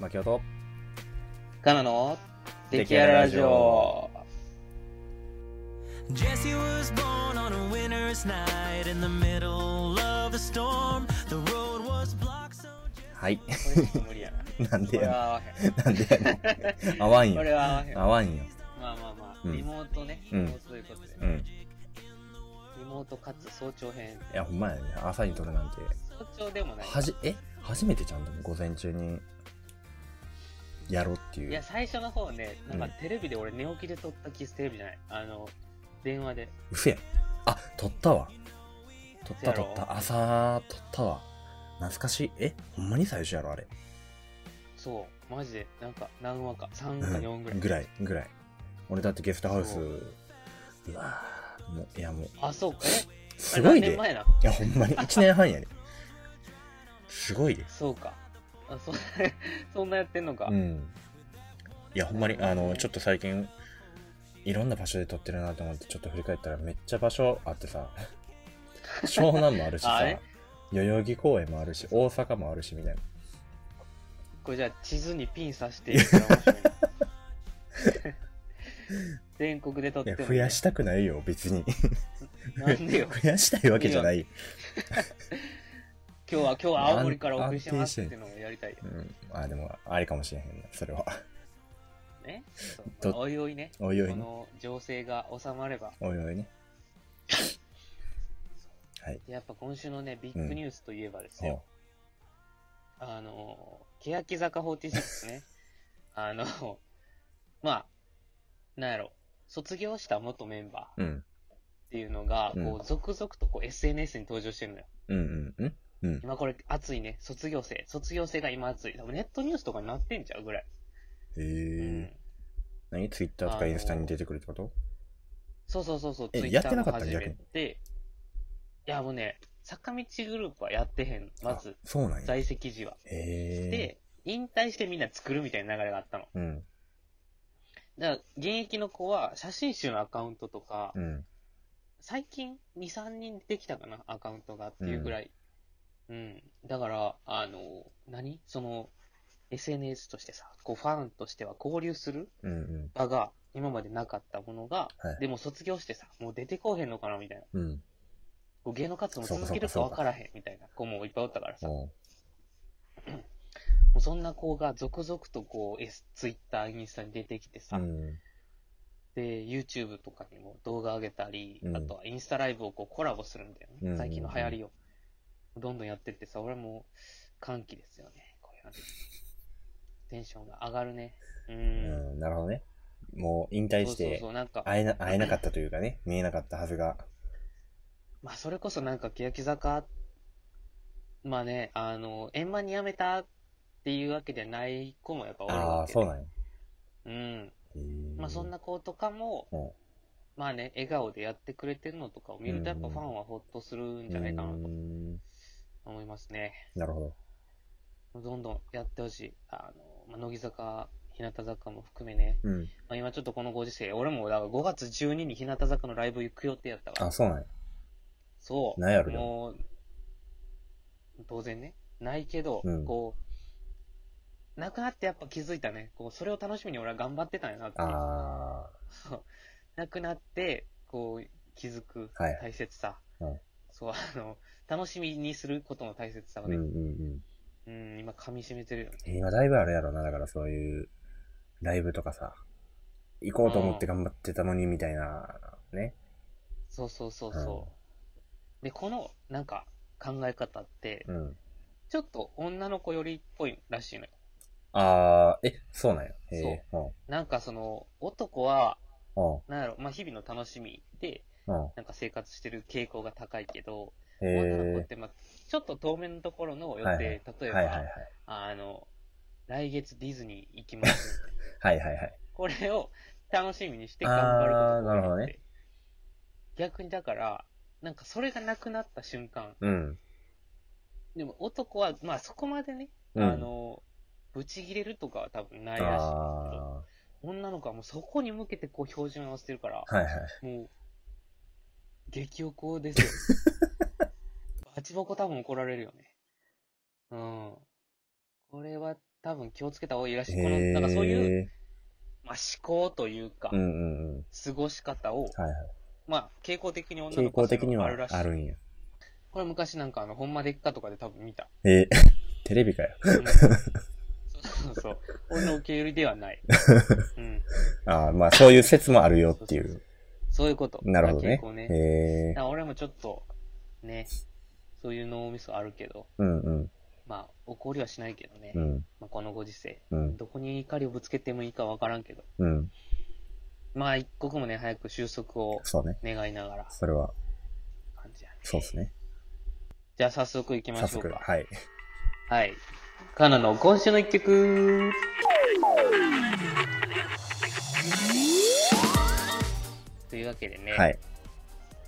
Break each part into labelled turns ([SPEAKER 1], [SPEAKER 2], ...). [SPEAKER 1] 牧雄と
[SPEAKER 2] カナの
[SPEAKER 1] 出
[SPEAKER 2] 出
[SPEAKER 1] 来
[SPEAKER 2] 来
[SPEAKER 1] 上
[SPEAKER 2] 上
[SPEAKER 1] がり
[SPEAKER 2] がり
[SPEAKER 1] ラ
[SPEAKER 2] ラ
[SPEAKER 1] ジ
[SPEAKER 2] ジ
[SPEAKER 1] オ
[SPEAKER 2] オ。
[SPEAKER 3] Jesse was born on a winter's night in the middle of a storm. The road was blocked, so Jesse.
[SPEAKER 1] はい。
[SPEAKER 2] これちょっと無理やな。
[SPEAKER 1] なんで
[SPEAKER 2] これ
[SPEAKER 1] や
[SPEAKER 2] は合わへん。
[SPEAKER 1] ねん。なんでやねん。合わん
[SPEAKER 2] こ
[SPEAKER 1] よ。
[SPEAKER 2] れは合わへん。
[SPEAKER 1] 合わんよ。
[SPEAKER 2] まあまあまあ、
[SPEAKER 1] うん
[SPEAKER 2] リモートね。
[SPEAKER 1] うん
[SPEAKER 2] リモートということで、
[SPEAKER 1] うん。
[SPEAKER 2] リモートかつ早朝編。
[SPEAKER 1] いや、ほんまやね。朝に撮るなんて。
[SPEAKER 2] 早朝でもない。
[SPEAKER 1] はじ、え初めてちゃんと午前中に、やろうっていう。
[SPEAKER 2] いや、最初の方ね、なん
[SPEAKER 1] う
[SPEAKER 2] か
[SPEAKER 1] ん
[SPEAKER 2] テレビで俺寝起きで撮ったキステレビじゃない。あの、電話で。
[SPEAKER 1] 嘘やん。あ、撮ったわ。撮っ
[SPEAKER 2] せ
[SPEAKER 1] た
[SPEAKER 2] や
[SPEAKER 1] 撮
[SPEAKER 2] ろ
[SPEAKER 1] った。朝、撮ったわ。懐かしい。えほんまに最初やろあれ。
[SPEAKER 2] そう、マジで、なんか何話か、3か4ぐらい。
[SPEAKER 1] ぐらい、ぐらい。俺だってゲストハウス、
[SPEAKER 2] そう
[SPEAKER 1] わぁもう、いやもう、
[SPEAKER 2] あ、そうか。え
[SPEAKER 1] すごい
[SPEAKER 2] あれ何
[SPEAKER 1] で。
[SPEAKER 2] 年前だ。
[SPEAKER 1] いや、ほんまに、1年半やで。すごいで。
[SPEAKER 2] そう か。あ、そ、そんなやってんのか。
[SPEAKER 1] うん。いや、ほんまに、あの、ちょっと最近、いろんな場所で撮ってるなと思って、ちょっと振り返ったら、めっちゃ場所あって さ、湘南もあるし
[SPEAKER 2] あ
[SPEAKER 1] さ
[SPEAKER 2] れ、
[SPEAKER 1] 代々木公園もあるし、大阪もあるし、みたいな。
[SPEAKER 2] これじゃあ地図にピンさしていったら面白いな全国で撮っ
[SPEAKER 1] い
[SPEAKER 2] て
[SPEAKER 1] や、
[SPEAKER 2] もね
[SPEAKER 1] 増やしたくないよ、別に。
[SPEAKER 2] なんでよ
[SPEAKER 1] 増やしたいわけじゃない。
[SPEAKER 2] 今日は今日は青森からお送りしてますっていうのをやりたいよ
[SPEAKER 1] うん。あ、でも、あれかもしれへんな、それは。
[SPEAKER 2] ねそう
[SPEAKER 1] ど
[SPEAKER 2] まあおいおいね
[SPEAKER 1] おいおい
[SPEAKER 2] こ
[SPEAKER 1] ね。
[SPEAKER 2] の情勢が収まれば
[SPEAKER 1] おいおいね。はい。
[SPEAKER 2] やっぱ今週のねビッグニュースといえばです
[SPEAKER 1] おう
[SPEAKER 2] よ、あの欅坂46ね あのまあなんやろ卒業した元メンバーっ
[SPEAKER 1] うん。
[SPEAKER 2] ていうのが、
[SPEAKER 1] うん
[SPEAKER 2] こう続々とこう SNS に登場してるのよ
[SPEAKER 1] うんうん。んうん。
[SPEAKER 2] 今これ熱いね。卒業生。卒業生が今熱い。多分ネットニュースとかになってんちゃうぐらい。
[SPEAKER 1] え
[SPEAKER 2] うん
[SPEAKER 1] ー。何ツイッターとかインスタに出てくるってこと
[SPEAKER 2] そうそうそうそう。
[SPEAKER 1] え
[SPEAKER 2] Twitter
[SPEAKER 1] やってなかったん
[SPEAKER 2] も始め
[SPEAKER 1] 逆
[SPEAKER 2] て。いやもうね、坂道グループはやってへん。まず、
[SPEAKER 1] あそうなんや。
[SPEAKER 2] 在籍時は。
[SPEAKER 1] え
[SPEAKER 2] で、引退してみんな作るみたいな流れがあったの。
[SPEAKER 1] ー。うん。
[SPEAKER 2] だから、現役の子は写真集のアカウントとか
[SPEAKER 1] う、ん。
[SPEAKER 2] 最近2、3人できたかな、アカウントがっていうぐらい。うん。だから、あの、何その、SNS としてさ、こうファンとしては交流する
[SPEAKER 1] うんうん。
[SPEAKER 2] 場が今までなかったものが、
[SPEAKER 1] はい
[SPEAKER 2] でも卒業してさ、もう出てこうへんのかなみたいな。
[SPEAKER 1] うん。
[SPEAKER 2] こう芸能活動も続けるか
[SPEAKER 1] そうかそうかそうか
[SPEAKER 2] 分からへんみたいな子もいっぱいおったからさ、も
[SPEAKER 1] おう
[SPEAKER 2] うそんな子が続々とこう、S、Twitter、インスタに出てきて
[SPEAKER 1] う
[SPEAKER 2] さ、
[SPEAKER 1] ん。
[SPEAKER 2] で、YouTube とかにも動画上げたり、
[SPEAKER 1] うん
[SPEAKER 2] あとはインスタライブをこうコラボするみたいな
[SPEAKER 1] う
[SPEAKER 2] ね、
[SPEAKER 1] ん
[SPEAKER 2] 最近の流行りを、どんどんやってってさ、俺も歓喜ですよね、これはね。テンションが上がるね。うん。
[SPEAKER 1] うん。なるほどね。もう引退
[SPEAKER 2] そう
[SPEAKER 1] し
[SPEAKER 2] そう
[SPEAKER 1] て
[SPEAKER 2] そ、う、なんか、
[SPEAKER 1] 会えな、会えなかったというかね、見えなかったはず が。
[SPEAKER 2] まあ、それこそなんか、欅坂、まあね、あの、円満に辞めたっていうわけじゃない子もやっぱおる
[SPEAKER 1] あ
[SPEAKER 2] わ
[SPEAKER 1] あ、
[SPEAKER 2] け
[SPEAKER 1] そう
[SPEAKER 2] で。
[SPEAKER 1] なんや。
[SPEAKER 2] うん。
[SPEAKER 1] えー
[SPEAKER 2] まあ、そん。な子とかも、
[SPEAKER 1] うん
[SPEAKER 2] まあね、笑顔でやってくれてるのとかを見ると、やっぱファンはほっとするんじゃないかな
[SPEAKER 1] う
[SPEAKER 2] と
[SPEAKER 1] ん
[SPEAKER 2] 思いますね。
[SPEAKER 1] なるほど。
[SPEAKER 2] どんどんやってほしい。あの、まあ、乃木坂、日向坂も含めね。
[SPEAKER 1] うん。
[SPEAKER 2] まあ、今ちょっとこのご時世、俺もだから5月12に日向坂のライブ行く予定やったから
[SPEAKER 1] あ、。そうなんや。
[SPEAKER 2] そう。
[SPEAKER 1] なんやろな
[SPEAKER 2] もう、当然ね。ないけど、
[SPEAKER 1] うん
[SPEAKER 2] こう、なくなってやっぱ気づいたね。こう、それを楽しみに俺は頑張ってたんやなっていう。
[SPEAKER 1] あ
[SPEAKER 2] そうなくなって、こう、気づく
[SPEAKER 1] はい
[SPEAKER 2] 大切さ。
[SPEAKER 1] うん
[SPEAKER 2] そう、あの、楽しみにすることの大切さ
[SPEAKER 1] あ。
[SPEAKER 2] が
[SPEAKER 1] うんう
[SPEAKER 2] ね、
[SPEAKER 1] んうん。
[SPEAKER 2] うん、今噛み締めてるよね。
[SPEAKER 1] 今だいぶあるやろな、だからそういう、ライブとかさ、行こうと思って頑張ってたのに、みたいな、ね。
[SPEAKER 2] そうそうそうそう。で、この、なんか、考え方って、
[SPEAKER 1] うん。
[SPEAKER 2] ちょっと女の子寄りっぽいらしいのよ。
[SPEAKER 1] あー、え、そうなんや。へえ。
[SPEAKER 2] なんかその、男は、
[SPEAKER 1] うん。うん。
[SPEAKER 2] なんやろ、まあ、日々の楽しみで、
[SPEAKER 1] うん。
[SPEAKER 2] なんか生活してる傾向が高いけど、女の子っ
[SPEAKER 1] へ
[SPEAKER 2] て、まあ、ちょっと遠めのところの予定、
[SPEAKER 1] はい
[SPEAKER 2] 例
[SPEAKER 1] え。
[SPEAKER 2] えば、
[SPEAKER 1] はいはいはい。
[SPEAKER 2] あの、来月ディズニー行きます みたいな。
[SPEAKER 1] はいはいはい。
[SPEAKER 2] これを楽しみにして頑張ることが多
[SPEAKER 1] あ
[SPEAKER 2] いって
[SPEAKER 1] ーなるほどね
[SPEAKER 2] 逆にだから、なんかそれがなくなった瞬間、
[SPEAKER 1] うん。
[SPEAKER 2] でも男は、まあそこまでね、
[SPEAKER 1] うん
[SPEAKER 2] あの、ブチ切れるとかは多分ないらしいけど、
[SPEAKER 1] あ
[SPEAKER 2] 女の子はもうそこに向けてこう標準を合わせてるから、
[SPEAKER 1] ー。はいはい。
[SPEAKER 2] もう、激おこですよ。 バチボコ多分怒られるよね。うん。これは多分気をつけた方がいいらしい。この、
[SPEAKER 1] へえ。
[SPEAKER 2] なんかそういう、まあ、思考というか、
[SPEAKER 1] うんうんうん。
[SPEAKER 2] 過ごし方を、
[SPEAKER 1] はいはい。
[SPEAKER 2] まあ、傾向的に女の
[SPEAKER 1] 傾
[SPEAKER 2] 子
[SPEAKER 1] 向
[SPEAKER 2] はそう
[SPEAKER 1] 的
[SPEAKER 2] いう
[SPEAKER 1] に
[SPEAKER 2] のが
[SPEAKER 1] は
[SPEAKER 2] あるらしい。
[SPEAKER 1] あるんや。
[SPEAKER 2] これ昔なんかあの、ほんまでっかとかで多分見 た。
[SPEAKER 1] えー、テレビかよ。
[SPEAKER 2] うんそうそうそう。俺の受け売りで はない。うん。
[SPEAKER 1] ああ、まあそういう説もあるよっていう。
[SPEAKER 2] そういうこと。
[SPEAKER 1] なるほどね
[SPEAKER 2] 傾向。ね。
[SPEAKER 1] へえ
[SPEAKER 2] だから俺もちょっと、ね、そういう脳みそあるけど、
[SPEAKER 1] うんうん
[SPEAKER 2] まあ、怒りはしないけどね。
[SPEAKER 1] うん
[SPEAKER 2] まあ、このご時世、
[SPEAKER 1] うん
[SPEAKER 2] どこに怒りをぶつけてもいいかわからんけど、
[SPEAKER 1] うん。
[SPEAKER 2] まあ、一刻もね、早く収束を
[SPEAKER 1] そうね。
[SPEAKER 2] 願いながら、
[SPEAKER 1] それは、
[SPEAKER 2] 感じやね。
[SPEAKER 1] そうですね。
[SPEAKER 2] じゃあ、早速行きま
[SPEAKER 1] 早
[SPEAKER 2] しょう
[SPEAKER 1] 速、
[SPEAKER 2] か。
[SPEAKER 1] はい。
[SPEAKER 2] はい。カナの今週の一曲。というわけでね、
[SPEAKER 1] はい。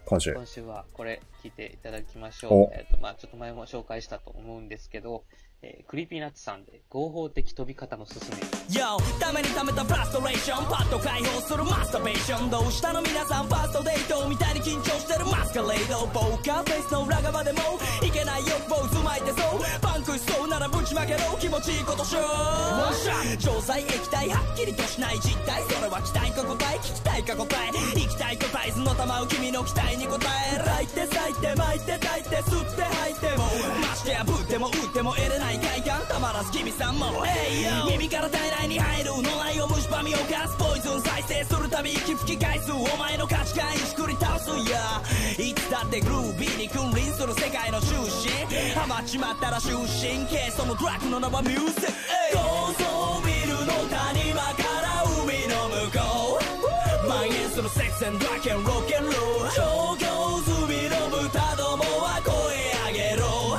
[SPEAKER 1] 今週。
[SPEAKER 2] 今週はこれ聞いていただきましょ
[SPEAKER 1] お
[SPEAKER 2] う。えっ、と、まあちょっと前も紹介したと思うんですけど、えークリーピーナッツさんで合法的飛び方のすすめ。
[SPEAKER 3] Yo ためにためたフラストレーションパッと解放するマスターベーションどうしたの皆さんファーストデートみたいに緊張してるマスカレードポーカーフェイスの裏側でもいけない欲望渦巻いてそうパンクしそうならぶちまけろ気持ちいいことしよう錠剤液体はっきりとしない実態それは期待か答え聞きたいか答え行きたい答え図の玉を君の期待に応えらいて咲いて巻いて抱いて吸って吐いてもましてやぶっても打っても得れない快感たまらず君さんも Hey yo 耳から体内に入る脳内を蝕みをかすポイズン再生するたび息吹き返すお前の価値観しくり倒すやいつだってグルービーに君臨する世界の中心ハマっちまったら終身系そのドラッグの名はミュージック構造ビルの谷間から海の向こう蔓延するセックスドラッケンロッケンロール上京済みの豚どもは声上げろ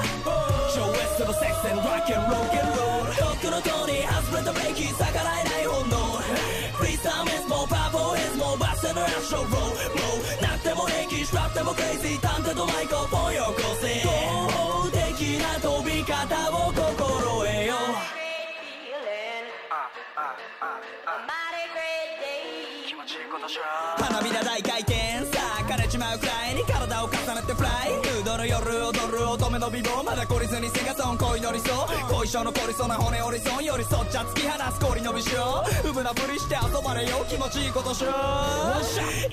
[SPEAKER 3] 超越するセックスドラッケンロッケンロールロックの塔に外れたブレーキ逆らえない本能フリーサーメスもパーポーエスもバスのラッシュローもうなくても平気しなくてもクレイジー探偵とマイクをポンよこせ合法的な飛び方を心得よ
[SPEAKER 4] feeling. A mighty great day.
[SPEAKER 3] 花びら大回転さあ枯れちまうくらいに体を重ねてフライヌードル夜踊る乙女の美貌まだ懲りずにセガソン恋の理想恋性の凝りそうな骨折り損よりそっちゃ突き放す氷の美少うぶなぶりして遊ばれよ気持ちいいことしよう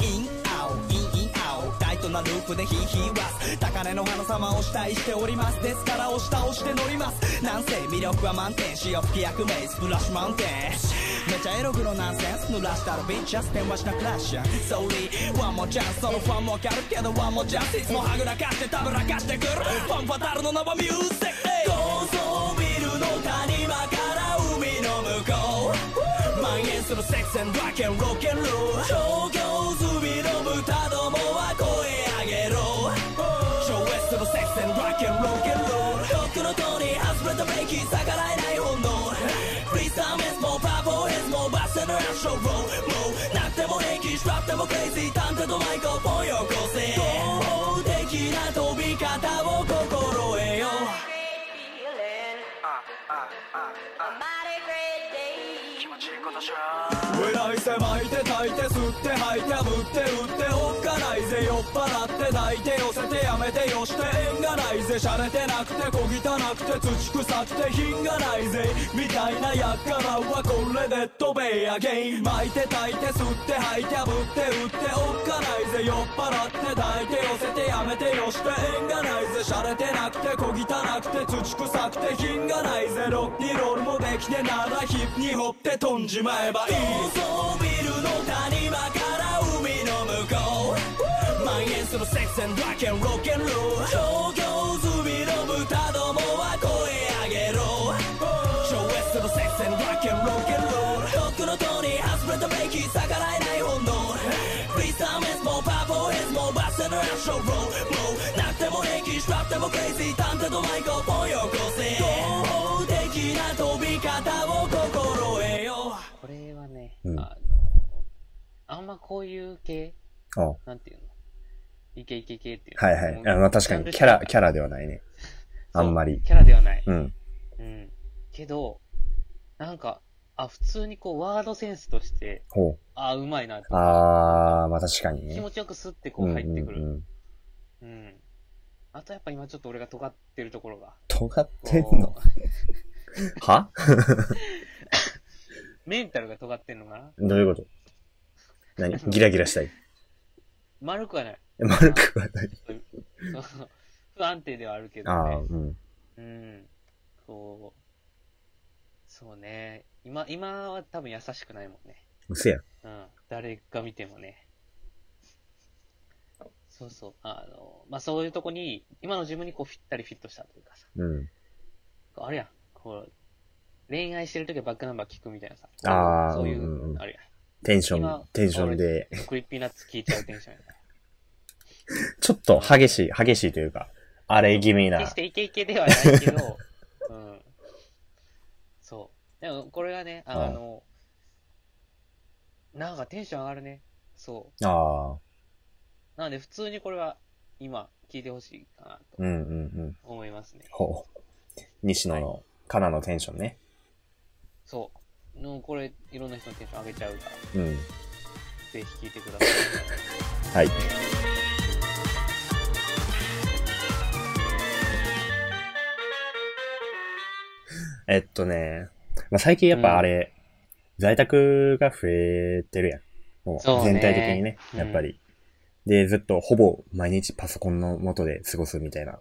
[SPEAKER 3] インアウトインインアウトタイトなループでヒーヒーワス高嶺の花様を期待しておりますですから押し倒して乗りますなんせ魅力は満点潮吹き役名スプラッシュマウンテンめちゃエログのナンセンス濡らしたらビンチャス電話しなクラッシャーソーリーワンモチャンスそのファンもキャるけどワンモチャンスいつもはぐらかしてたぶらかしてくるファンファタルの生ミュージック構想ビルの谷間から海の向こう蔓延するセックスドラッケンロッケンロール上京済みの豚どもは声上げろ超越するセックスロッケンロッケンロールロックの塔に外れたブレーキ逆らえない本能フリーサーメスもパーボーエスもバスのラッシュロールもうなくても平気しなくてもクレイジー探偵とマイクをポンよこせ合法的な飛び方を心得よ
[SPEAKER 4] Feeling. A mighty great day.
[SPEAKER 3] 偉い狭いて抱いて吸って吐いてぶって打っておっかないぜ酔っ払って抱いて寄せてやめてよして縁がないぜしゃれてなくて小汚くて土臭くて品がないぜみたいなやっからはこれで飛べやゲイ巻いて抱いて吸って吐いてぶって打っておっかないぜ酔っ払って抱いて寄せてやめてよして縁がないぜしゃれてなくて小汚くて土臭くて品がないぜロッキーロールもできねえならヒップに掘って飛んじまえばいい高層ビルの谷間から海の向こう蔓延するセックスドラッケンロッケンロール上京済みの豚どもは声上げろ超越するセックスドラッケンロッケンロールロックの塔に外れたブレーキ逆らえない本能フリーサーメスもパーボーエスもバスのラッシュロールもうなくても平気しなくてもクレイジー探偵とマイクをポンよこせ合法的な飛び方を心得よ
[SPEAKER 2] これはね、
[SPEAKER 1] うん
[SPEAKER 2] あの、あんまこういう系、
[SPEAKER 1] お
[SPEAKER 2] なんていうのイケイケ系っていうの
[SPEAKER 1] はいはい
[SPEAKER 2] も。う
[SPEAKER 1] あまあ確かにキャラ、キャラではないね。あんま
[SPEAKER 2] そう
[SPEAKER 1] り。
[SPEAKER 2] キャラではない。
[SPEAKER 1] うん。
[SPEAKER 2] うん。けど、なんか、あ、普通にこう、ワードセンスとして、
[SPEAKER 1] ほ
[SPEAKER 2] あ、うまいなって
[SPEAKER 1] う。あー、まあ確かにね。
[SPEAKER 2] 気持ちよくスッてこう入って
[SPEAKER 1] うん
[SPEAKER 2] く
[SPEAKER 1] う
[SPEAKER 2] る。
[SPEAKER 1] んうん。
[SPEAKER 2] うんあとやっぱ今ちょっと俺が尖ってるところが。
[SPEAKER 1] 尖ってん
[SPEAKER 2] こ
[SPEAKER 1] の
[SPEAKER 2] う
[SPEAKER 1] は
[SPEAKER 2] メンタルが尖ってんのかな
[SPEAKER 1] どういうこと何ギラギラしたい。
[SPEAKER 2] 丸くはない。
[SPEAKER 1] 丸くはない。
[SPEAKER 2] 不安定ではあるけど
[SPEAKER 1] ああ、
[SPEAKER 2] ね
[SPEAKER 1] う。ん。
[SPEAKER 2] うん。そう。そうね。今、今は多分優しくないもんね。
[SPEAKER 1] うせや。
[SPEAKER 2] うん。誰が見てもね。そうそう。あの、まあ、そういうとこに、今の自分にこう、ぴったりフィットしたというかさ。
[SPEAKER 1] うん。
[SPEAKER 2] あれやん。こう、恋愛してるときはバックナンバー聞くみたいなさ。
[SPEAKER 1] あー
[SPEAKER 2] そうい
[SPEAKER 1] うんう
[SPEAKER 2] う、
[SPEAKER 1] ん
[SPEAKER 2] あれやん。
[SPEAKER 1] テンション
[SPEAKER 2] 今、
[SPEAKER 1] テンションで、
[SPEAKER 2] クリッピーナッツ聞いちゃうテンションやな。
[SPEAKER 1] ちょっと激しい、激しいというか、荒れ気味な
[SPEAKER 2] 決。してイケイケではないけ ど、うん。そう。でも、これがね、あの、なんかテンション上がるね。そう。
[SPEAKER 1] ああ、
[SPEAKER 2] なので、普通にこれは、今、聞いてほしいかな
[SPEAKER 1] う
[SPEAKER 2] と
[SPEAKER 1] んうんうん。
[SPEAKER 2] 思いますね。
[SPEAKER 1] ほう。西野の、カナのテンションね。
[SPEAKER 2] そう。のこれ、いろんな人のテンション上げちゃうから、
[SPEAKER 1] うん。
[SPEAKER 2] ぜひ聞いてください。
[SPEAKER 1] はい。えっとね、まあ、最近やっぱあれ、在宅が増えてるやん。もう
[SPEAKER 2] そうね
[SPEAKER 1] 全体的にね、
[SPEAKER 2] うん
[SPEAKER 1] やっぱり。で、ずっとほぼ毎日パソコンの元で過ごすみたいな。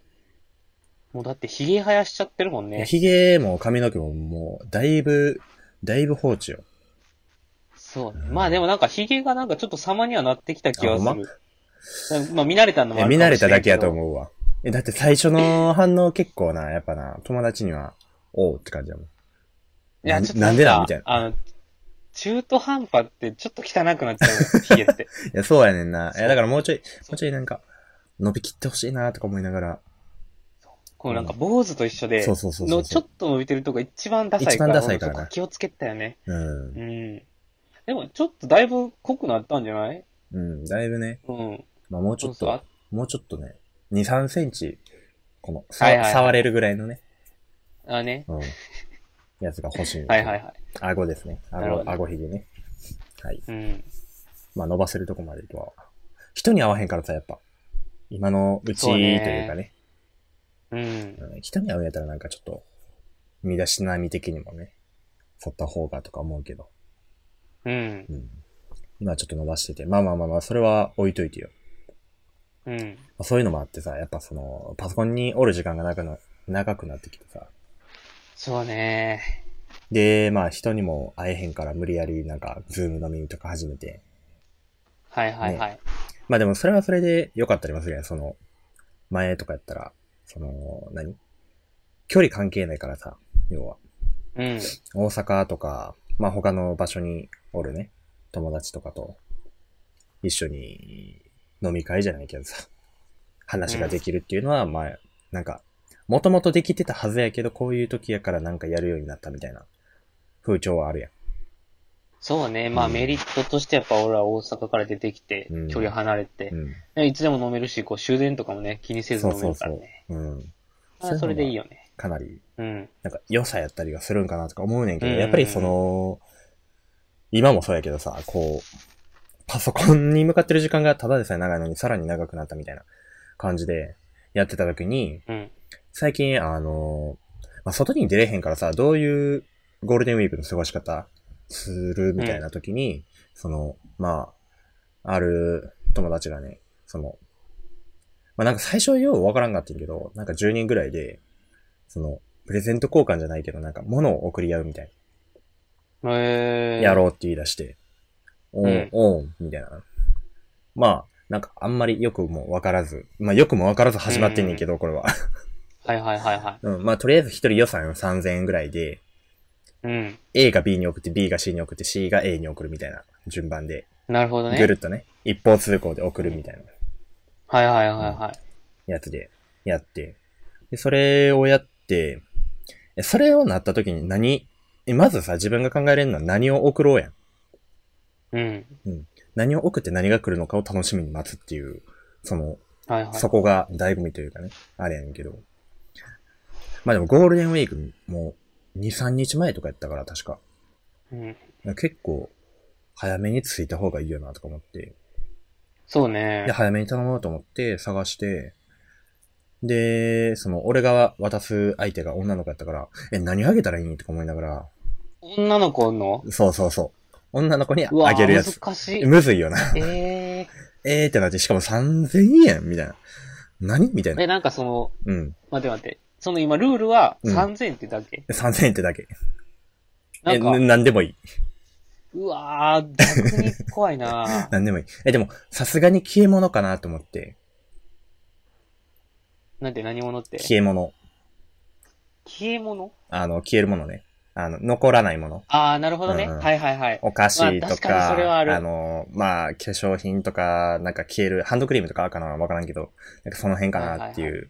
[SPEAKER 2] もうだって、ひげ生やしちゃってるもんね。
[SPEAKER 1] ひげも髪の毛ももう、だいぶ、だいぶ放置よ。
[SPEAKER 2] そう。まあでもなんか、ひげがなんかちょっと様にはなってきた気はす
[SPEAKER 1] あほんま
[SPEAKER 2] る。まあ、見慣れたの
[SPEAKER 1] い
[SPEAKER 2] もあ
[SPEAKER 1] や、
[SPEAKER 2] る
[SPEAKER 1] 見
[SPEAKER 2] か
[SPEAKER 1] 慣
[SPEAKER 2] も
[SPEAKER 1] れ
[SPEAKER 2] しれ
[SPEAKER 1] た
[SPEAKER 2] んけど
[SPEAKER 1] だけやと思うわ。え、だって最初の反応結構な、やっぱな、友達には、おうって感じやもん。
[SPEAKER 2] いや、
[SPEAKER 1] な
[SPEAKER 2] ちょっと
[SPEAKER 1] なんでなんみたいな。
[SPEAKER 2] あの、中途半端ってちょっと汚くなっちゃう、ヒゲ って。
[SPEAKER 1] いや、そうやねんな。い
[SPEAKER 2] そ
[SPEAKER 1] や、
[SPEAKER 2] う
[SPEAKER 1] だからもうちょい、も
[SPEAKER 2] そう
[SPEAKER 1] うちょいなんか、伸びきってほしいなとか思いながら、
[SPEAKER 2] こうなんか坊主と一緒で、
[SPEAKER 1] そうそうそうそう
[SPEAKER 2] のちょっと伸びてるとこ一番ダサいから、
[SPEAKER 1] 一番ダサいからな
[SPEAKER 2] 俺そこ気をつけたよね。
[SPEAKER 1] うん
[SPEAKER 2] う。ん。でもちょっとだいぶ濃くなったんじゃない
[SPEAKER 1] うん、だいぶね、
[SPEAKER 2] うん。
[SPEAKER 1] まあもうちょっ
[SPEAKER 2] そう
[SPEAKER 1] と
[SPEAKER 2] そ、
[SPEAKER 1] もうちょっとね、2、3センチ、この、さ
[SPEAKER 2] はいはいはい
[SPEAKER 1] 触れるぐらいのね、
[SPEAKER 2] あね。
[SPEAKER 1] うん、やつが欲しい。
[SPEAKER 2] はいはいはい。
[SPEAKER 1] 顎ですね。
[SPEAKER 2] なる
[SPEAKER 1] 顎、
[SPEAKER 2] ほどね
[SPEAKER 1] 顎ひげね。はい。
[SPEAKER 2] うん。
[SPEAKER 1] まあ伸ばせるとこまでとは。人に合わへんからさ、やっぱ。今のうちと
[SPEAKER 2] そう
[SPEAKER 1] い
[SPEAKER 2] ね
[SPEAKER 1] うかね。
[SPEAKER 2] うん。
[SPEAKER 1] うん人に合うんやったらなんかちょっと、身だしなみ的にもね、沿った方がとか思うけど。
[SPEAKER 2] うん。
[SPEAKER 1] うん。今ちょっと伸ばしてて。まあまあまあまあ、それは置いといてよ。
[SPEAKER 2] うん。
[SPEAKER 1] まあそういうのもあってさ、やっぱその、パソコンにおる時間が長くな、長くなってきてさ。
[SPEAKER 2] そうね。
[SPEAKER 1] で、まあ人にも会えへんから無理やりなんか、ズーム飲みとか始めて。
[SPEAKER 2] はいはいはい。
[SPEAKER 1] まあでもそれはそれで良かったりもするやん。その、前とかやったら、その、何距離関係ないからさ、要は。
[SPEAKER 2] うん。
[SPEAKER 1] 大阪とか、まあ他の場所におるね、友達とかと、一緒に飲み会じゃないけどさ、話ができるっていうのは、まあ、なんか、もともとできてたはずやけど、こういう時やからなんかやるようになったみたいな風潮はあるやん。
[SPEAKER 2] そうね。まあ
[SPEAKER 1] うん
[SPEAKER 2] メリットとしてやっぱ俺は大阪から出てきて
[SPEAKER 1] うん、
[SPEAKER 2] 距離離れて、
[SPEAKER 1] うん。
[SPEAKER 2] ねいつでも飲めるし、こう終電とかもね、気にせず
[SPEAKER 1] そう
[SPEAKER 2] 飲め
[SPEAKER 1] そう
[SPEAKER 2] るか
[SPEAKER 1] そ
[SPEAKER 2] ら
[SPEAKER 1] う
[SPEAKER 2] ね。。
[SPEAKER 1] うん。
[SPEAKER 2] あそれでいいよね。
[SPEAKER 1] かなり、
[SPEAKER 2] うん。
[SPEAKER 1] なんか良さやったりはするんかなとか思うねんけど、
[SPEAKER 2] うん
[SPEAKER 1] やっぱりその、今もそうやけどさ、こう、パソコンに向かってる時間がただでさえ長いのにさらに長くなったみたいな感じでやってた時に、
[SPEAKER 2] うん。
[SPEAKER 1] 最近、あの、まあ、外に出れへんからさ、どういうゴールデンウィークの過ごし方するみたいな時に、その、まあ、ある友達がね、その、まあ、なんか最初はようわからんかったんやけど、なんか10人ぐらいで、その、プレゼント交換じゃないけど、なんか物を送り合うみたい
[SPEAKER 2] え
[SPEAKER 1] な、
[SPEAKER 2] ー、
[SPEAKER 1] やろうって言い出して、お
[SPEAKER 2] うん
[SPEAKER 1] ん、おん、みたいな。まあ、なんかあんまりよくもわからず、まあよくもわからず始まってんねんけど、これは。
[SPEAKER 2] はいはいはいは
[SPEAKER 1] うん、まあとりあえず一人予算3000円ぐらいで、
[SPEAKER 2] い。うん。
[SPEAKER 1] A が B に送って、B が C に送って、C が A に送るみたいな順番で、
[SPEAKER 2] なるほどね。
[SPEAKER 1] ぐるっとね、一方通行で送るみたいな
[SPEAKER 2] はいはいはいはい。
[SPEAKER 1] やつでやって、で、それをやって、えそれをなった時に何、えまずさ、自分が考えれるのは何を送ろうやん。
[SPEAKER 2] うん。
[SPEAKER 1] 何を送って何が来るのかを楽しみに待つっていう、その、
[SPEAKER 2] はいはい。
[SPEAKER 1] そこが醍醐味というかね、あれやねんけど。まあでもゴールデンウィークもう2、3日前とかやったから確か。
[SPEAKER 2] うん。
[SPEAKER 1] 結構、早めに着いた方がいいよなとか思って。
[SPEAKER 2] そうね
[SPEAKER 1] で、。早めに頼もうと思って、探して、で、その、俺が渡す相手が女の子やったから、え、何あげたらいいとか思いながら、
[SPEAKER 2] 女の子の
[SPEAKER 1] そうそうそう。女の子に
[SPEAKER 2] うわ
[SPEAKER 1] あげるやつ。
[SPEAKER 2] 難しい。
[SPEAKER 1] むずいよな。
[SPEAKER 2] え
[SPEAKER 1] えーってなって、しかも3000円みたいな。何みたい
[SPEAKER 2] ー、え、
[SPEAKER 1] な。
[SPEAKER 2] なんかその、
[SPEAKER 1] うん。
[SPEAKER 2] 待って待って。その今、ルールは
[SPEAKER 1] うん
[SPEAKER 2] 3000ってだけ、
[SPEAKER 1] 3000円ってだけ。
[SPEAKER 2] な
[SPEAKER 1] え、
[SPEAKER 2] んか、
[SPEAKER 1] なんでもいい。
[SPEAKER 2] うわー、逆に怖い な
[SPEAKER 1] なんでもいい。え、でも、さすがに消え物かなと思って。
[SPEAKER 2] なんて何者って。
[SPEAKER 1] 消え物。
[SPEAKER 2] 消え物
[SPEAKER 1] あの、消えるものね。あの、残らないもの。
[SPEAKER 2] あー、なるほどね。
[SPEAKER 1] うん
[SPEAKER 2] はいはいはい。
[SPEAKER 1] お菓子とか、
[SPEAKER 2] まあ確かにそれはある
[SPEAKER 1] の、まあ、化粧品とか、なんか消える、ハンドクリームとかかなわからんけど、なんかその辺かなっていう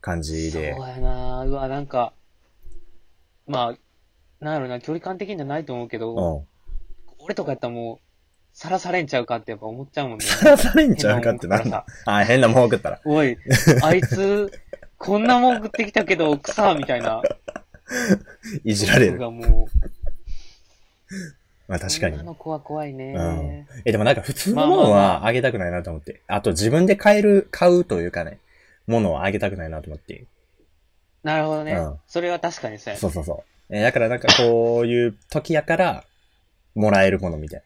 [SPEAKER 1] 感じ
[SPEAKER 2] そう
[SPEAKER 1] で。
[SPEAKER 2] やなうわ、なんか、まあ、なんやろな、距離感的にはないと思うけど、
[SPEAKER 1] うん。
[SPEAKER 2] 俺とかやったらもう、さらされんちゃうかってやっぱ思っちゃうもんね。
[SPEAKER 1] さらされ んちゃうかってなんだ。あ、変なもん送ったら。
[SPEAKER 2] おい、あいつ、こんなもん食ってきたけど、草みたいな。
[SPEAKER 1] いじられ
[SPEAKER 2] 僕
[SPEAKER 1] る。
[SPEAKER 2] がもう、
[SPEAKER 1] まあ確かに
[SPEAKER 2] 女。の子は怖いね。
[SPEAKER 1] うんえ、でもなんか普通のも
[SPEAKER 2] まあ
[SPEAKER 1] の
[SPEAKER 2] まあま
[SPEAKER 1] はあげたくないなと思って。あと自分で買える、買うというかね、ものはあげたくないなと思って。
[SPEAKER 2] なるほどね、
[SPEAKER 1] うん
[SPEAKER 2] それは確かにそうやね
[SPEAKER 1] そうそうそう。えーだからなんかこういう時やから、もらえるものみたい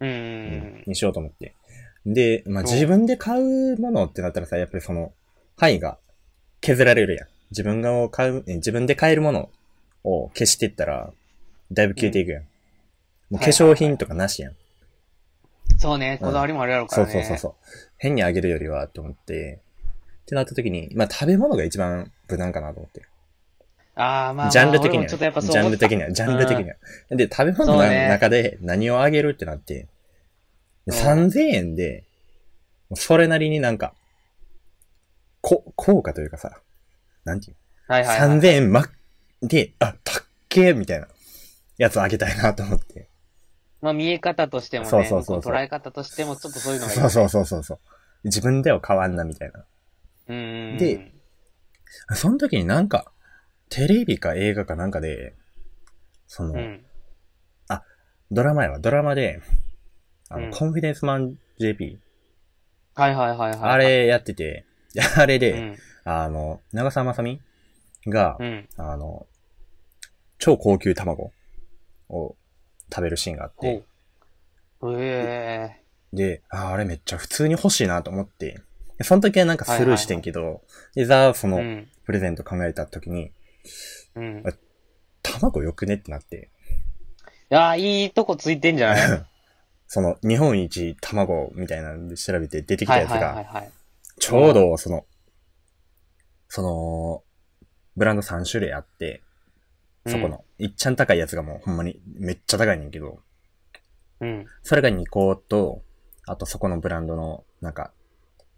[SPEAKER 1] な。
[SPEAKER 2] うんう
[SPEAKER 1] うんにしようと思って。で、まあ、
[SPEAKER 2] そう
[SPEAKER 1] 自分で買うものってなったらさ、やっぱりその、範囲が削られるやん。自分が買う、え自分で買えるものを消していったら、だいぶ消えていくやん。もう化粧品とかなしやん。
[SPEAKER 2] うん。そうね、
[SPEAKER 1] うん
[SPEAKER 2] こだわりもあるやろうか
[SPEAKER 1] そ
[SPEAKER 2] ら
[SPEAKER 1] う
[SPEAKER 2] ね。
[SPEAKER 1] そうそうそう。変にあげるよりは、と思って。ってなった時に、まあ、食べ物が一番無難かなと思って。
[SPEAKER 2] ああ、まあ、まあ、
[SPEAKER 1] ジャンル的には
[SPEAKER 2] 俺
[SPEAKER 1] ね、
[SPEAKER 2] もちょっとやっぱそう
[SPEAKER 1] ジャ
[SPEAKER 2] 思
[SPEAKER 1] ン
[SPEAKER 2] っ
[SPEAKER 1] ル
[SPEAKER 2] た
[SPEAKER 1] 的には、ジャンル的には。で、食べ物の
[SPEAKER 2] そうね
[SPEAKER 1] 中で何をあげるってなって、
[SPEAKER 2] うん
[SPEAKER 1] 3000円で、それなりになんか、こ、効果というかさ、なんていう、
[SPEAKER 2] はいはい、はい。
[SPEAKER 1] 3000円ま、で、あ、たっけーみたいな、やつあげたいなと思って。
[SPEAKER 2] まあ見え方としてもね、
[SPEAKER 1] そうそうそうそう
[SPEAKER 2] 捉え方としてもちょっとそういうのがいい。
[SPEAKER 1] そうそうそうそうそう。自分では変わんなみたいな。
[SPEAKER 2] うんうんうん。
[SPEAKER 1] で、その時になんか、テレビか映画かなんかで、その、
[SPEAKER 2] うん。
[SPEAKER 1] ドラマやわ、ドラマで、あの、
[SPEAKER 2] うん
[SPEAKER 1] コンフィデンスマン JP。
[SPEAKER 2] はいはいはいはい。
[SPEAKER 1] あれやってて、 あれ
[SPEAKER 2] う
[SPEAKER 1] で、
[SPEAKER 2] ん。
[SPEAKER 1] あの、長澤まさみが、
[SPEAKER 2] うん。
[SPEAKER 1] あの、超高級卵を食べるシーンがあっ
[SPEAKER 2] ほ
[SPEAKER 1] て、
[SPEAKER 2] う。え
[SPEAKER 1] で、あーあれめっちゃ普通に欲しいなと思って、でその時はなんかスルーしてんけど、で、ザ、そ
[SPEAKER 2] え
[SPEAKER 1] の、
[SPEAKER 2] うん。
[SPEAKER 1] プレゼント考えた時に、
[SPEAKER 2] うん。
[SPEAKER 1] 卵よくねってなって、
[SPEAKER 2] いやー、いいとこついてんじゃな いは
[SPEAKER 1] その、日本一卵みたいなんで調べて出てきた
[SPEAKER 2] い
[SPEAKER 1] やつ
[SPEAKER 2] はいは
[SPEAKER 1] が、
[SPEAKER 2] いはい。
[SPEAKER 1] ちょうどその、その、ブランド3種類あって、そこの、いっちゃん高いやつがもうほんまにめっちゃ高いねんけど、
[SPEAKER 2] うん。
[SPEAKER 1] それが2個と、あとそこのブランドの、なんか、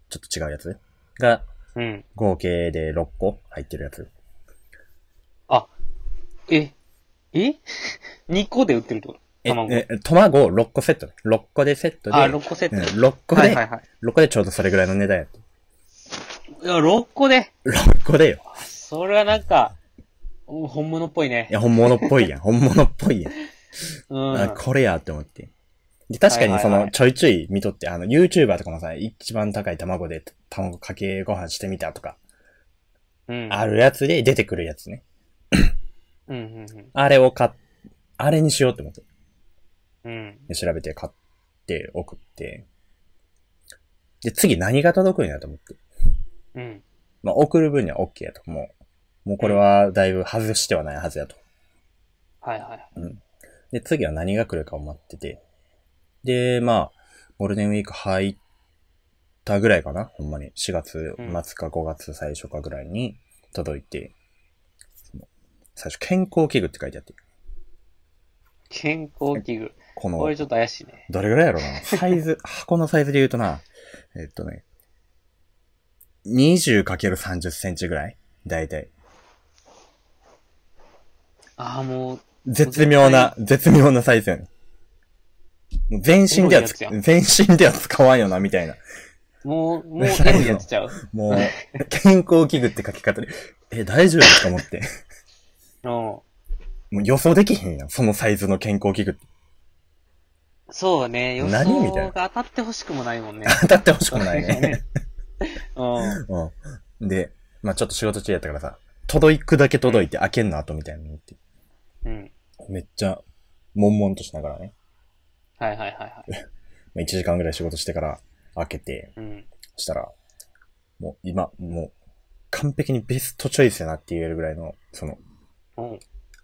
[SPEAKER 1] ちょっと違うやつが、
[SPEAKER 2] うん。うん。
[SPEAKER 1] 合計で6個入ってるやつ。
[SPEAKER 2] え、え ?2 個で売ってるってこと
[SPEAKER 1] え、
[SPEAKER 2] 卵。
[SPEAKER 1] え、卵6個セットね。6個でセットで、
[SPEAKER 2] あ、6個セット。
[SPEAKER 1] うん6個
[SPEAKER 2] はい
[SPEAKER 1] で、
[SPEAKER 2] はいはい。
[SPEAKER 1] 6個でちょうどそれぐらいの値段やった。
[SPEAKER 2] いや、6個で。
[SPEAKER 1] 6個でよ。
[SPEAKER 2] それはなんか、お本物っぽいね
[SPEAKER 1] い。や、本物っぽいやん。本物っぽいやん。
[SPEAKER 2] うん。
[SPEAKER 1] あこれやって思って。で、確かにそ
[SPEAKER 2] はいはいは
[SPEAKER 1] の、
[SPEAKER 2] い
[SPEAKER 1] ちょいちょい見とって、あの、YouTuber とかもさ、一番高い卵で、卵かけご飯してみたとか、
[SPEAKER 2] うん。
[SPEAKER 1] あるやつで出てくるやつね。
[SPEAKER 2] うんうん
[SPEAKER 1] あれを買っ、あれにしようって思って。
[SPEAKER 2] うん。うん。
[SPEAKER 1] で調べて買って送って。で、次何が届くんやと思って。
[SPEAKER 2] うん。
[SPEAKER 1] まあ、送る分には OK やと。もう、もうこれはだいぶ外してはないはずやと。
[SPEAKER 2] はいはい。
[SPEAKER 1] で、次は何が来るかを待ってて。で、まあ、ゴールデンウィーク入ったぐらいかなほんまに。4月末か5月最初かぐらいに届いて。その最初、健康器具って書いてあって。
[SPEAKER 2] 健康器具。
[SPEAKER 1] この
[SPEAKER 2] これちょっと怪しいね。
[SPEAKER 1] どれぐらいや ろなサイズ、箱のサイズで言うとな、えっとね、20×30 センチぐらいだいたい。
[SPEAKER 2] ああ、もう、
[SPEAKER 1] 絶妙な、絶妙なサイズやねん。もう全身ではつ
[SPEAKER 2] エロいや、
[SPEAKER 1] 全身では使わんよな、みたいな。
[SPEAKER 2] もう、 もうエロいやつちゃう。
[SPEAKER 1] もう、健康器具って書き方で、え、大丈夫ですか思って。
[SPEAKER 2] うん。
[SPEAKER 1] もう予想できへんやん、そのサイズの健康器具って。
[SPEAKER 2] そうね。予
[SPEAKER 1] 何みたい
[SPEAKER 2] 想
[SPEAKER 1] な
[SPEAKER 2] が当たってほしくもないもんね。
[SPEAKER 1] 当たってほしくもないね。
[SPEAKER 2] うん。
[SPEAKER 1] うん。で、まあちょっと仕事中やったからさ、届くだけ届いて開けんの後みたいなのって。
[SPEAKER 2] うん。
[SPEAKER 1] めっちゃ、悶々としながらね。
[SPEAKER 2] はいはいはいはい。
[SPEAKER 1] まあ、1時間ぐらい仕事してから開けて、
[SPEAKER 2] うん。
[SPEAKER 1] そしたら、もう今、もう、完璧にベストチョイスやなって言えるぐらいの、その、
[SPEAKER 2] うん。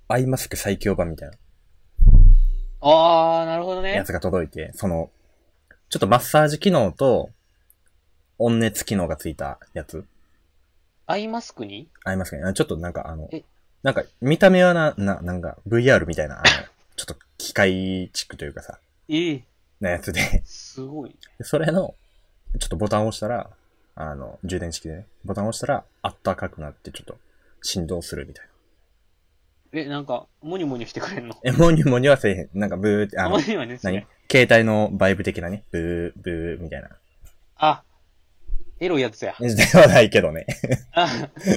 [SPEAKER 1] アイマスク最強版みたいな
[SPEAKER 2] あー、なるほどね
[SPEAKER 1] や。つが届いて、その、ちょっとマッサージ機能と、温熱機能がついたやつ。
[SPEAKER 2] アイマスクに
[SPEAKER 1] アイマスクね。あちょっとなんかあの
[SPEAKER 2] え、
[SPEAKER 1] なんか見た目はな、な、なんか VR みたい な、あの、ちょっと機械チックというかさ、
[SPEAKER 2] ええ
[SPEAKER 1] なやつで、
[SPEAKER 2] すごい。
[SPEAKER 1] でそれの、ちょっとボタンを押したら、あの、充電式でね、ボタンを押したら、あったかくなって、ちょっと、振動するみたいな。
[SPEAKER 2] え、なんか、モニモニしてくれんの
[SPEAKER 1] え、モニュモニュはせえへん。なんかブーって、あ
[SPEAKER 2] あ、
[SPEAKER 1] の
[SPEAKER 2] モ、ニモニです
[SPEAKER 1] 何
[SPEAKER 2] ね。
[SPEAKER 1] 携帯のバイブ的なね、ブー、ブー、みたいな。
[SPEAKER 2] あ、エロいやつや。
[SPEAKER 1] ではないけどね。
[SPEAKER 2] あ、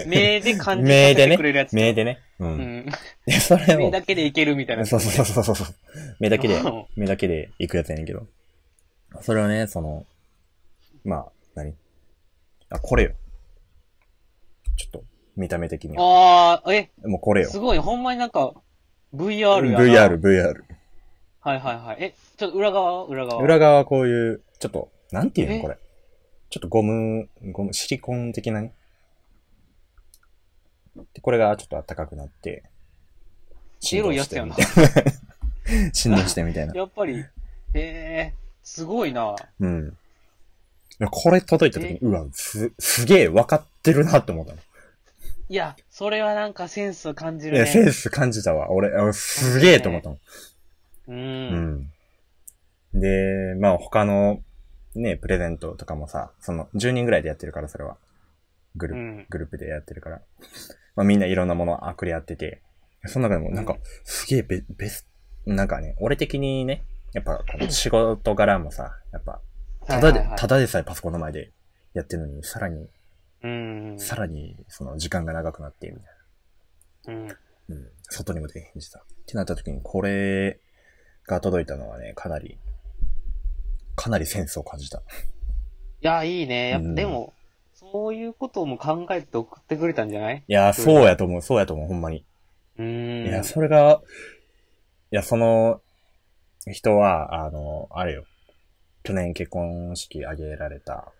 [SPEAKER 2] 目で感じ
[SPEAKER 1] 目
[SPEAKER 2] さ
[SPEAKER 1] で
[SPEAKER 2] せ
[SPEAKER 1] ね
[SPEAKER 2] てくれるや、つ。
[SPEAKER 1] 目でね。う。
[SPEAKER 2] うんん。
[SPEAKER 1] で、それ
[SPEAKER 2] 目
[SPEAKER 1] を、
[SPEAKER 2] だけでいけるみたいな。
[SPEAKER 1] そうそうそうそうそう。目だけで
[SPEAKER 2] うん、
[SPEAKER 1] 目だけで行くやつやねんけど。それをね、その、まあ、何あ、これよ。ちょっと、見た目的には。
[SPEAKER 2] あー、え、
[SPEAKER 1] もうこれよ
[SPEAKER 2] す。ごい、ほんまになんか、VR やな。
[SPEAKER 1] VR、VR。
[SPEAKER 2] はいはいはい。え、ちょっと裏側は裏側は。
[SPEAKER 1] 裏側はこういう、ちょっと、なんていうの
[SPEAKER 2] え
[SPEAKER 1] これ。ちょっとゴム、ゴム、シリコン的なね。で、これがちょっと暖かくなって、
[SPEAKER 2] エロいやつやな
[SPEAKER 1] 振動してみたいな。振動 してみたいな。
[SPEAKER 2] やっぱり、えー、すごいな。
[SPEAKER 1] うん。いやこれ届いた時に、うわ、す、すげえ分かってるなって思ったの。
[SPEAKER 2] いや、それはなんかセンス感じ
[SPEAKER 1] い
[SPEAKER 2] る
[SPEAKER 1] や、セ
[SPEAKER 2] ね。
[SPEAKER 1] ンス感じたわ。俺、あすげえと思ったの。
[SPEAKER 2] う。
[SPEAKER 1] うんん。で、まあ他の、ね、プレゼントとかもさ、その、10人ぐらいでやってるから、それは。グループ、
[SPEAKER 2] うん
[SPEAKER 1] グループでやってるから。まあみんないろんなものをあくり合ってて、その中でもなんか
[SPEAKER 2] うん、
[SPEAKER 1] すげえベ、ベス、なんかね、俺的にね、やっぱこの仕事柄もさ、やっぱ、ただで、
[SPEAKER 2] はいはいはい
[SPEAKER 1] ただでさえパソコンの前でやってるのに、さらに、
[SPEAKER 2] うん。
[SPEAKER 1] さらに、その時間が長くなって、みたい
[SPEAKER 2] うん。
[SPEAKER 1] な。うん。外にも出へんしさ。ってなった時に、これが届いたのはね、かなり、かなりセンスを感じた。
[SPEAKER 2] いや、いいね。やっぱ
[SPEAKER 1] うん
[SPEAKER 2] でも、そういうことも考えて送ってくれたんじゃない
[SPEAKER 1] いやー、
[SPEAKER 2] うん
[SPEAKER 1] そうやと思う、そうやと思う、ほんまに。
[SPEAKER 2] うーん。
[SPEAKER 1] いや、それが、いや、その、人は、あの、あれよ。去年結婚式挙げられた、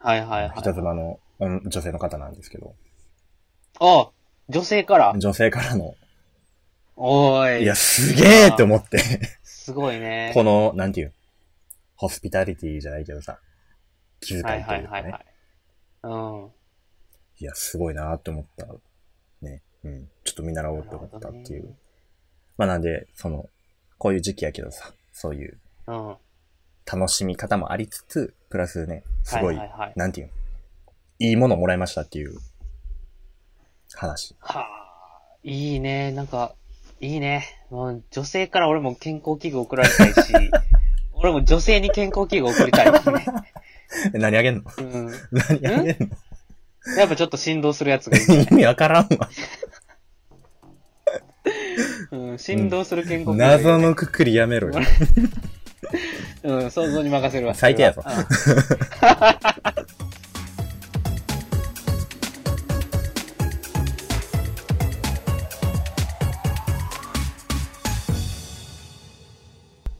[SPEAKER 2] はいはいはい。
[SPEAKER 1] 人妻の、うん女性の方なんですけど、
[SPEAKER 2] あ、女性から。
[SPEAKER 1] 女性からの、
[SPEAKER 2] おーい。
[SPEAKER 1] いや、すげーって思って、
[SPEAKER 2] すごいね。
[SPEAKER 1] この、なんていう、ホスピタリティじゃないけどさ、気遣いと
[SPEAKER 2] はいいう
[SPEAKER 1] か
[SPEAKER 2] は
[SPEAKER 1] ね。
[SPEAKER 2] い
[SPEAKER 1] い
[SPEAKER 2] はいはい。うん。
[SPEAKER 1] や、すごいなーって思った。ね。うん。ちょっと見習おうと思ったっていう。まあなんで、その、こういう時期やけどさ、そういう
[SPEAKER 2] うん。
[SPEAKER 1] 楽しみ方もありつつ、プラスね、すごい、
[SPEAKER 2] はいはいはい
[SPEAKER 1] なんていうのいいものもらいましたっていう話。
[SPEAKER 2] はあ、いいね。なんか、いいね。もう女性から俺も健康器具送られた いし、俺も女性に健康器具送りたいもんね。
[SPEAKER 1] え 何あげんの
[SPEAKER 2] うん。
[SPEAKER 1] 何あげんの。
[SPEAKER 2] やっぱちょっと振動するやつがいい
[SPEAKER 1] 意味わからんわ。
[SPEAKER 2] うん、振動する健康器具がいい。
[SPEAKER 1] 謎のくくりやめろよ。
[SPEAKER 2] うん、想像に任せるわ。
[SPEAKER 1] 最低やぞ
[SPEAKER 2] それはうん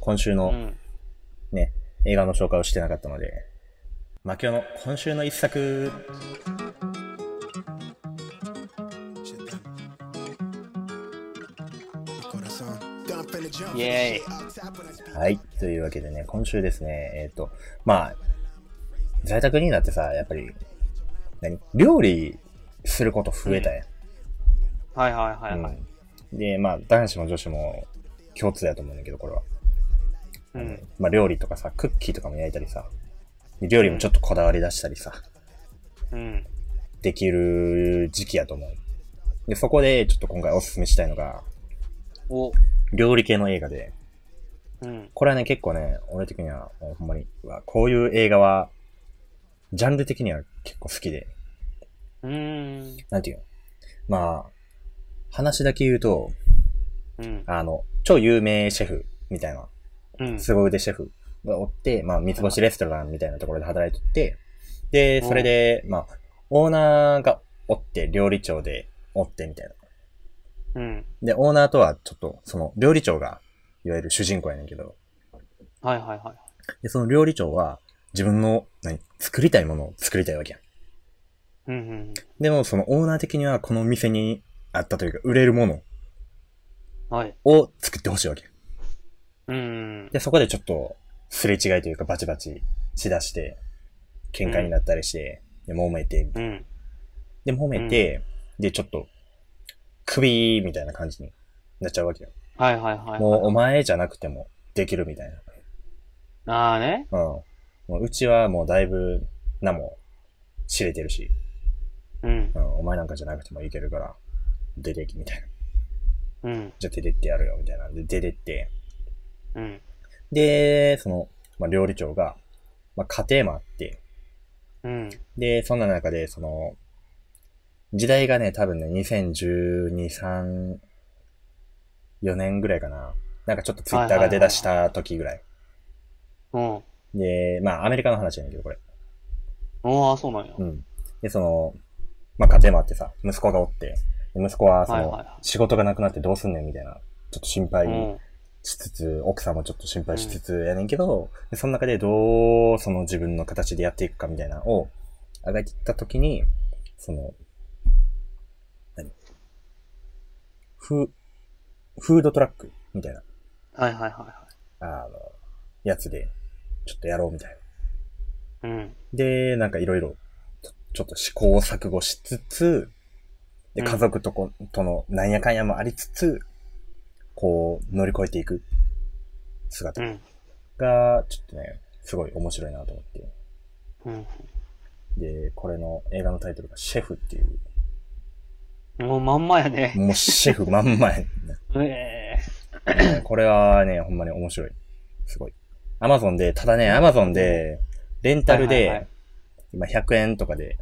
[SPEAKER 1] 今週
[SPEAKER 2] う
[SPEAKER 1] の
[SPEAKER 2] ん。
[SPEAKER 1] ね、映画の紹介をしてなかったので、マキオの今週の一作。
[SPEAKER 2] イェーイ。
[SPEAKER 1] はい。というわけでね、今週ですね、えっ、と、まあ、在宅になってさ、やっぱり、何料理すること増えたやん。
[SPEAKER 2] はいはいはいはい。
[SPEAKER 1] うん、で、まあ、男子も女子も共通やと思うんだけど、これは。
[SPEAKER 2] うん。
[SPEAKER 1] まあ、料理とかさ、クッキーとかも焼いたりさ、で料理もちょっとこだわり出したりさ、
[SPEAKER 2] うん。
[SPEAKER 1] できる時期やと思う。で、そこで、ちょっと今回おすすめしたいのが、
[SPEAKER 2] お、
[SPEAKER 1] 料理系の映画で、
[SPEAKER 2] うん。
[SPEAKER 1] これはね、結構ね、俺的には、もうほんまに、うわこういう映画は、ジャンル的には結構好きで、
[SPEAKER 2] うーん。
[SPEAKER 1] なんていうのまあ、話だけ言うと、
[SPEAKER 2] うん。
[SPEAKER 1] あの、超有名シェフみたいな
[SPEAKER 2] うん。
[SPEAKER 1] 凄腕シェフがおって、まあ、三つ星レストランみたいなところで働いてて、で、それで、まあ、オーナーがおって、料理長でおってみたいな。
[SPEAKER 2] うん。
[SPEAKER 1] で、オーナーとはちょっと、その、料理長が、いわゆる主人公やねんけど、
[SPEAKER 2] はいはいはい。
[SPEAKER 1] で、その料理長は、自分の、何、作りたいものを作りたいわけやん。
[SPEAKER 2] うんうんうん。
[SPEAKER 1] でも、そのオーナー的には、この店にあったというか、売れるもの
[SPEAKER 2] はい。
[SPEAKER 1] を作ってほしいわけやん。
[SPEAKER 2] うんうん。
[SPEAKER 1] で、そこでちょっと、すれ違いというか、バチバチしだして、喧嘩になったりして、で、揉めて、
[SPEAKER 2] うん。
[SPEAKER 1] で、揉めて、で、ちょっと、首みたいな感じになっちゃうわけよ。
[SPEAKER 2] はいはいはいはい。
[SPEAKER 1] もう、お前じゃなくても、できるみたいな。
[SPEAKER 2] ああね。
[SPEAKER 1] うん。もううちはもうだいぶ、名も、知れてるし、
[SPEAKER 2] うん
[SPEAKER 1] う。ん、お前なんかじゃなくてもいけるから、出てき、みたいな。
[SPEAKER 2] うん。
[SPEAKER 1] じゃあ出てってやるよ、みたいなんで、出てって。
[SPEAKER 2] うん。
[SPEAKER 1] で、その、まあ、料理長が、まあ、家庭もあって、
[SPEAKER 2] うん。
[SPEAKER 1] で、そんな中で、その、時代がね、多分ね、2012、3、4年ぐらいかな。なんかちょっとツイッターが出だした時ぐらい。
[SPEAKER 2] うん。
[SPEAKER 1] で、まあ、アメリカの話やねんけど、これ。
[SPEAKER 2] ああ、そうなんや。
[SPEAKER 1] うん。で、その、まあ、家庭もあってさ、息子がおって、で息子は、そ
[SPEAKER 2] はい
[SPEAKER 1] の
[SPEAKER 2] はいはい、
[SPEAKER 1] 仕事がなくなってどうすんねんみたいな、ちょっと心
[SPEAKER 2] う
[SPEAKER 1] 配
[SPEAKER 2] ん。
[SPEAKER 1] しつつ、奥さんもちょっと心配しつつやねんけど、でその中でどう、その自分の形でやっていくかみたいなのを、あがいていった時に、その、何フ、フードトラックみたいな、
[SPEAKER 2] はいはいはいは
[SPEAKER 1] あの、やつで、ちょっとやろうみたいな。
[SPEAKER 2] い。うん。
[SPEAKER 1] で、なんかいろいろ、ちょちょっと試行錯誤しつつ、で、
[SPEAKER 2] うん
[SPEAKER 1] 家族とことのなんやかんやもありつつ、こう、乗り越えていく
[SPEAKER 2] う
[SPEAKER 1] 姿
[SPEAKER 2] ん。
[SPEAKER 1] が、ちょっとね、すごい面白いなと思って。
[SPEAKER 2] うん。
[SPEAKER 1] で、これの映画のタイトルがシェフっていう、
[SPEAKER 2] もうまんまやね。
[SPEAKER 1] もうシェフまんまやね、
[SPEAKER 2] ええ
[SPEAKER 1] これはね、ほんまに面白い。すごい。アマゾンで、ただね、アマゾンで、レンタル
[SPEAKER 2] はいはいは
[SPEAKER 1] で
[SPEAKER 2] い、
[SPEAKER 1] 今100円とかで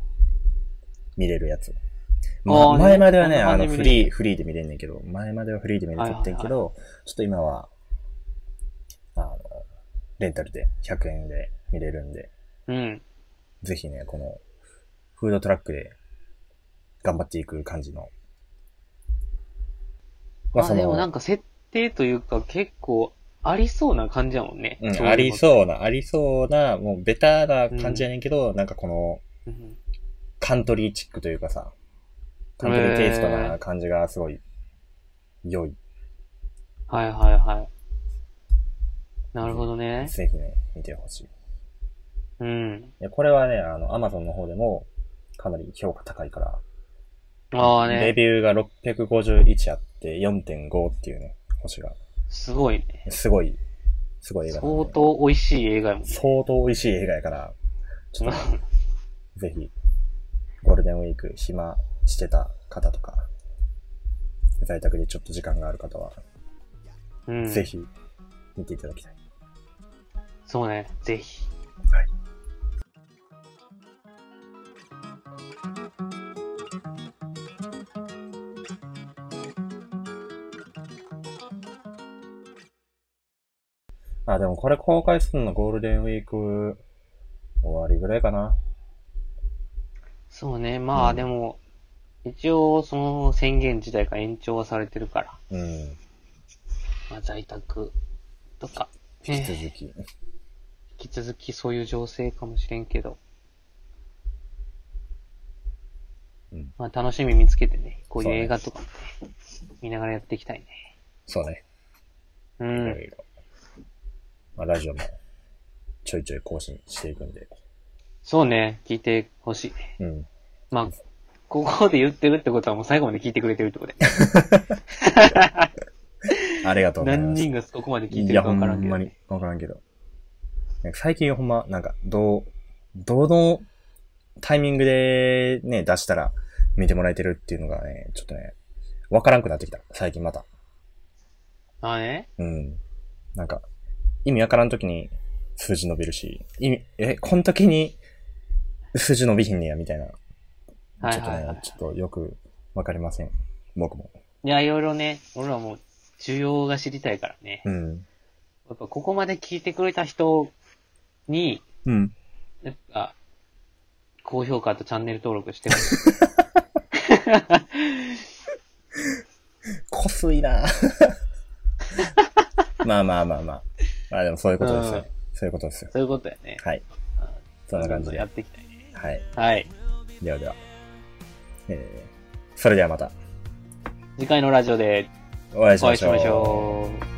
[SPEAKER 1] 見れるやつ。
[SPEAKER 2] あ
[SPEAKER 1] ま
[SPEAKER 2] ー
[SPEAKER 1] 前まではね、
[SPEAKER 2] ね
[SPEAKER 1] あの、
[SPEAKER 2] こんな感じで
[SPEAKER 1] フリー、フリーで見れんねんけど、前まではフリーで見れたってんけど、
[SPEAKER 2] はいは
[SPEAKER 1] ちょっと今は、あの、レンタルで100円で見れるんで、
[SPEAKER 2] うん。
[SPEAKER 1] ぜひね、この、フードトラックで頑張っていく感じの。
[SPEAKER 2] まあでもなんか設定というか結構ありそうな感じやもんね。
[SPEAKER 1] うん、あり
[SPEAKER 2] う
[SPEAKER 1] そうな、ありそうな、もうベタな感じやねんけど、なんかこの
[SPEAKER 2] いうの。うん
[SPEAKER 1] カントリーチックというかさ、カントリーテイスト
[SPEAKER 2] へ
[SPEAKER 1] な
[SPEAKER 2] ー
[SPEAKER 1] 感じがすごい良い。
[SPEAKER 2] はいはいはい。なるほどね。
[SPEAKER 1] ぜひね、見てほしい。い
[SPEAKER 2] うん。
[SPEAKER 1] や、これはね、あの、アマゾンの方でもかなり評価高いから、
[SPEAKER 2] ああ
[SPEAKER 1] レ
[SPEAKER 2] ね。
[SPEAKER 1] ビューが651あって4.5っていうね、星が。
[SPEAKER 2] すごいね。
[SPEAKER 1] すごい、すごい映画なんで
[SPEAKER 2] 相当美味しい映画やもん。
[SPEAKER 1] 相当美味しい映画やから、ちょっと ね、ぜひ、ゴールデンウィーク暇してた方とか、在宅でちょっと時間がある方は、
[SPEAKER 2] うん。
[SPEAKER 1] ぜ。ひ見ていただきたい。
[SPEAKER 2] そうね。ぜひ。
[SPEAKER 1] あ、でもこれ公開するのゴールデンウィーク終わりぐらいかな。
[SPEAKER 2] そうね。まあでも、一応その宣言自体が延長はされてるか
[SPEAKER 1] う
[SPEAKER 2] ら。
[SPEAKER 1] ん。
[SPEAKER 2] まあ在宅とか。
[SPEAKER 1] 引
[SPEAKER 2] ね
[SPEAKER 1] き続き。
[SPEAKER 2] 引き続きそういう情勢かもしれんけど。
[SPEAKER 1] うん
[SPEAKER 2] まあ楽しみ見つけてね、こうい
[SPEAKER 1] そ
[SPEAKER 2] う
[SPEAKER 1] うね
[SPEAKER 2] 映画とかもね、見ながらやっていきたいね。
[SPEAKER 1] そうね。
[SPEAKER 2] う
[SPEAKER 1] いろ
[SPEAKER 2] ん。
[SPEAKER 1] いろ。まあ、ラジオもちょいちょい更新していくんで。
[SPEAKER 2] そうね、聞いてほしい
[SPEAKER 1] う
[SPEAKER 2] ね。
[SPEAKER 1] ん。
[SPEAKER 2] まあ、ここで言ってるってことはもう最後まで聞いてくれてるってことで。
[SPEAKER 1] ありがとうございます。
[SPEAKER 2] 何人がそこまで聞いてるかわからんけど、
[SPEAKER 1] いや、
[SPEAKER 2] ね。
[SPEAKER 1] ほんまに、わからんけど。なんか最近ほんま、なんか、どう、どのタイミングでね、出したら見てもらえてるっていうのがね、ちょっとね、わからんくなってきた。最近また。
[SPEAKER 2] ああね。
[SPEAKER 1] うん。なんか、意味わからん時に数字伸びるし、意味、え、この時に数字伸びひんねや、みたいな。
[SPEAKER 2] は
[SPEAKER 1] ち
[SPEAKER 2] い
[SPEAKER 1] ょっと
[SPEAKER 2] はい、は
[SPEAKER 1] ね
[SPEAKER 2] い、。
[SPEAKER 1] ちょっとよくわかりません。僕も。
[SPEAKER 2] いや、いろいろね、俺らも需要が知りたいからね。
[SPEAKER 1] うん。
[SPEAKER 2] やっぱここまで聞いてくれた人に、
[SPEAKER 1] うん。
[SPEAKER 2] なんか、高評価とチャンネル登録しても。
[SPEAKER 1] こすいな まあまあまあまあ。まあでもそういうことです
[SPEAKER 2] うん
[SPEAKER 1] よ。そういうことですよ。
[SPEAKER 2] そういうことやね。
[SPEAKER 1] はい。そんな感じで。
[SPEAKER 2] や
[SPEAKER 1] は
[SPEAKER 2] っていきたいね。
[SPEAKER 1] い。
[SPEAKER 2] はい。
[SPEAKER 1] ではでは。えー、それではまた、
[SPEAKER 2] 次回のラジオで
[SPEAKER 1] お会いし
[SPEAKER 2] お会
[SPEAKER 1] ま
[SPEAKER 2] い
[SPEAKER 1] し
[SPEAKER 2] し
[SPEAKER 1] ょう。
[SPEAKER 2] ましょう。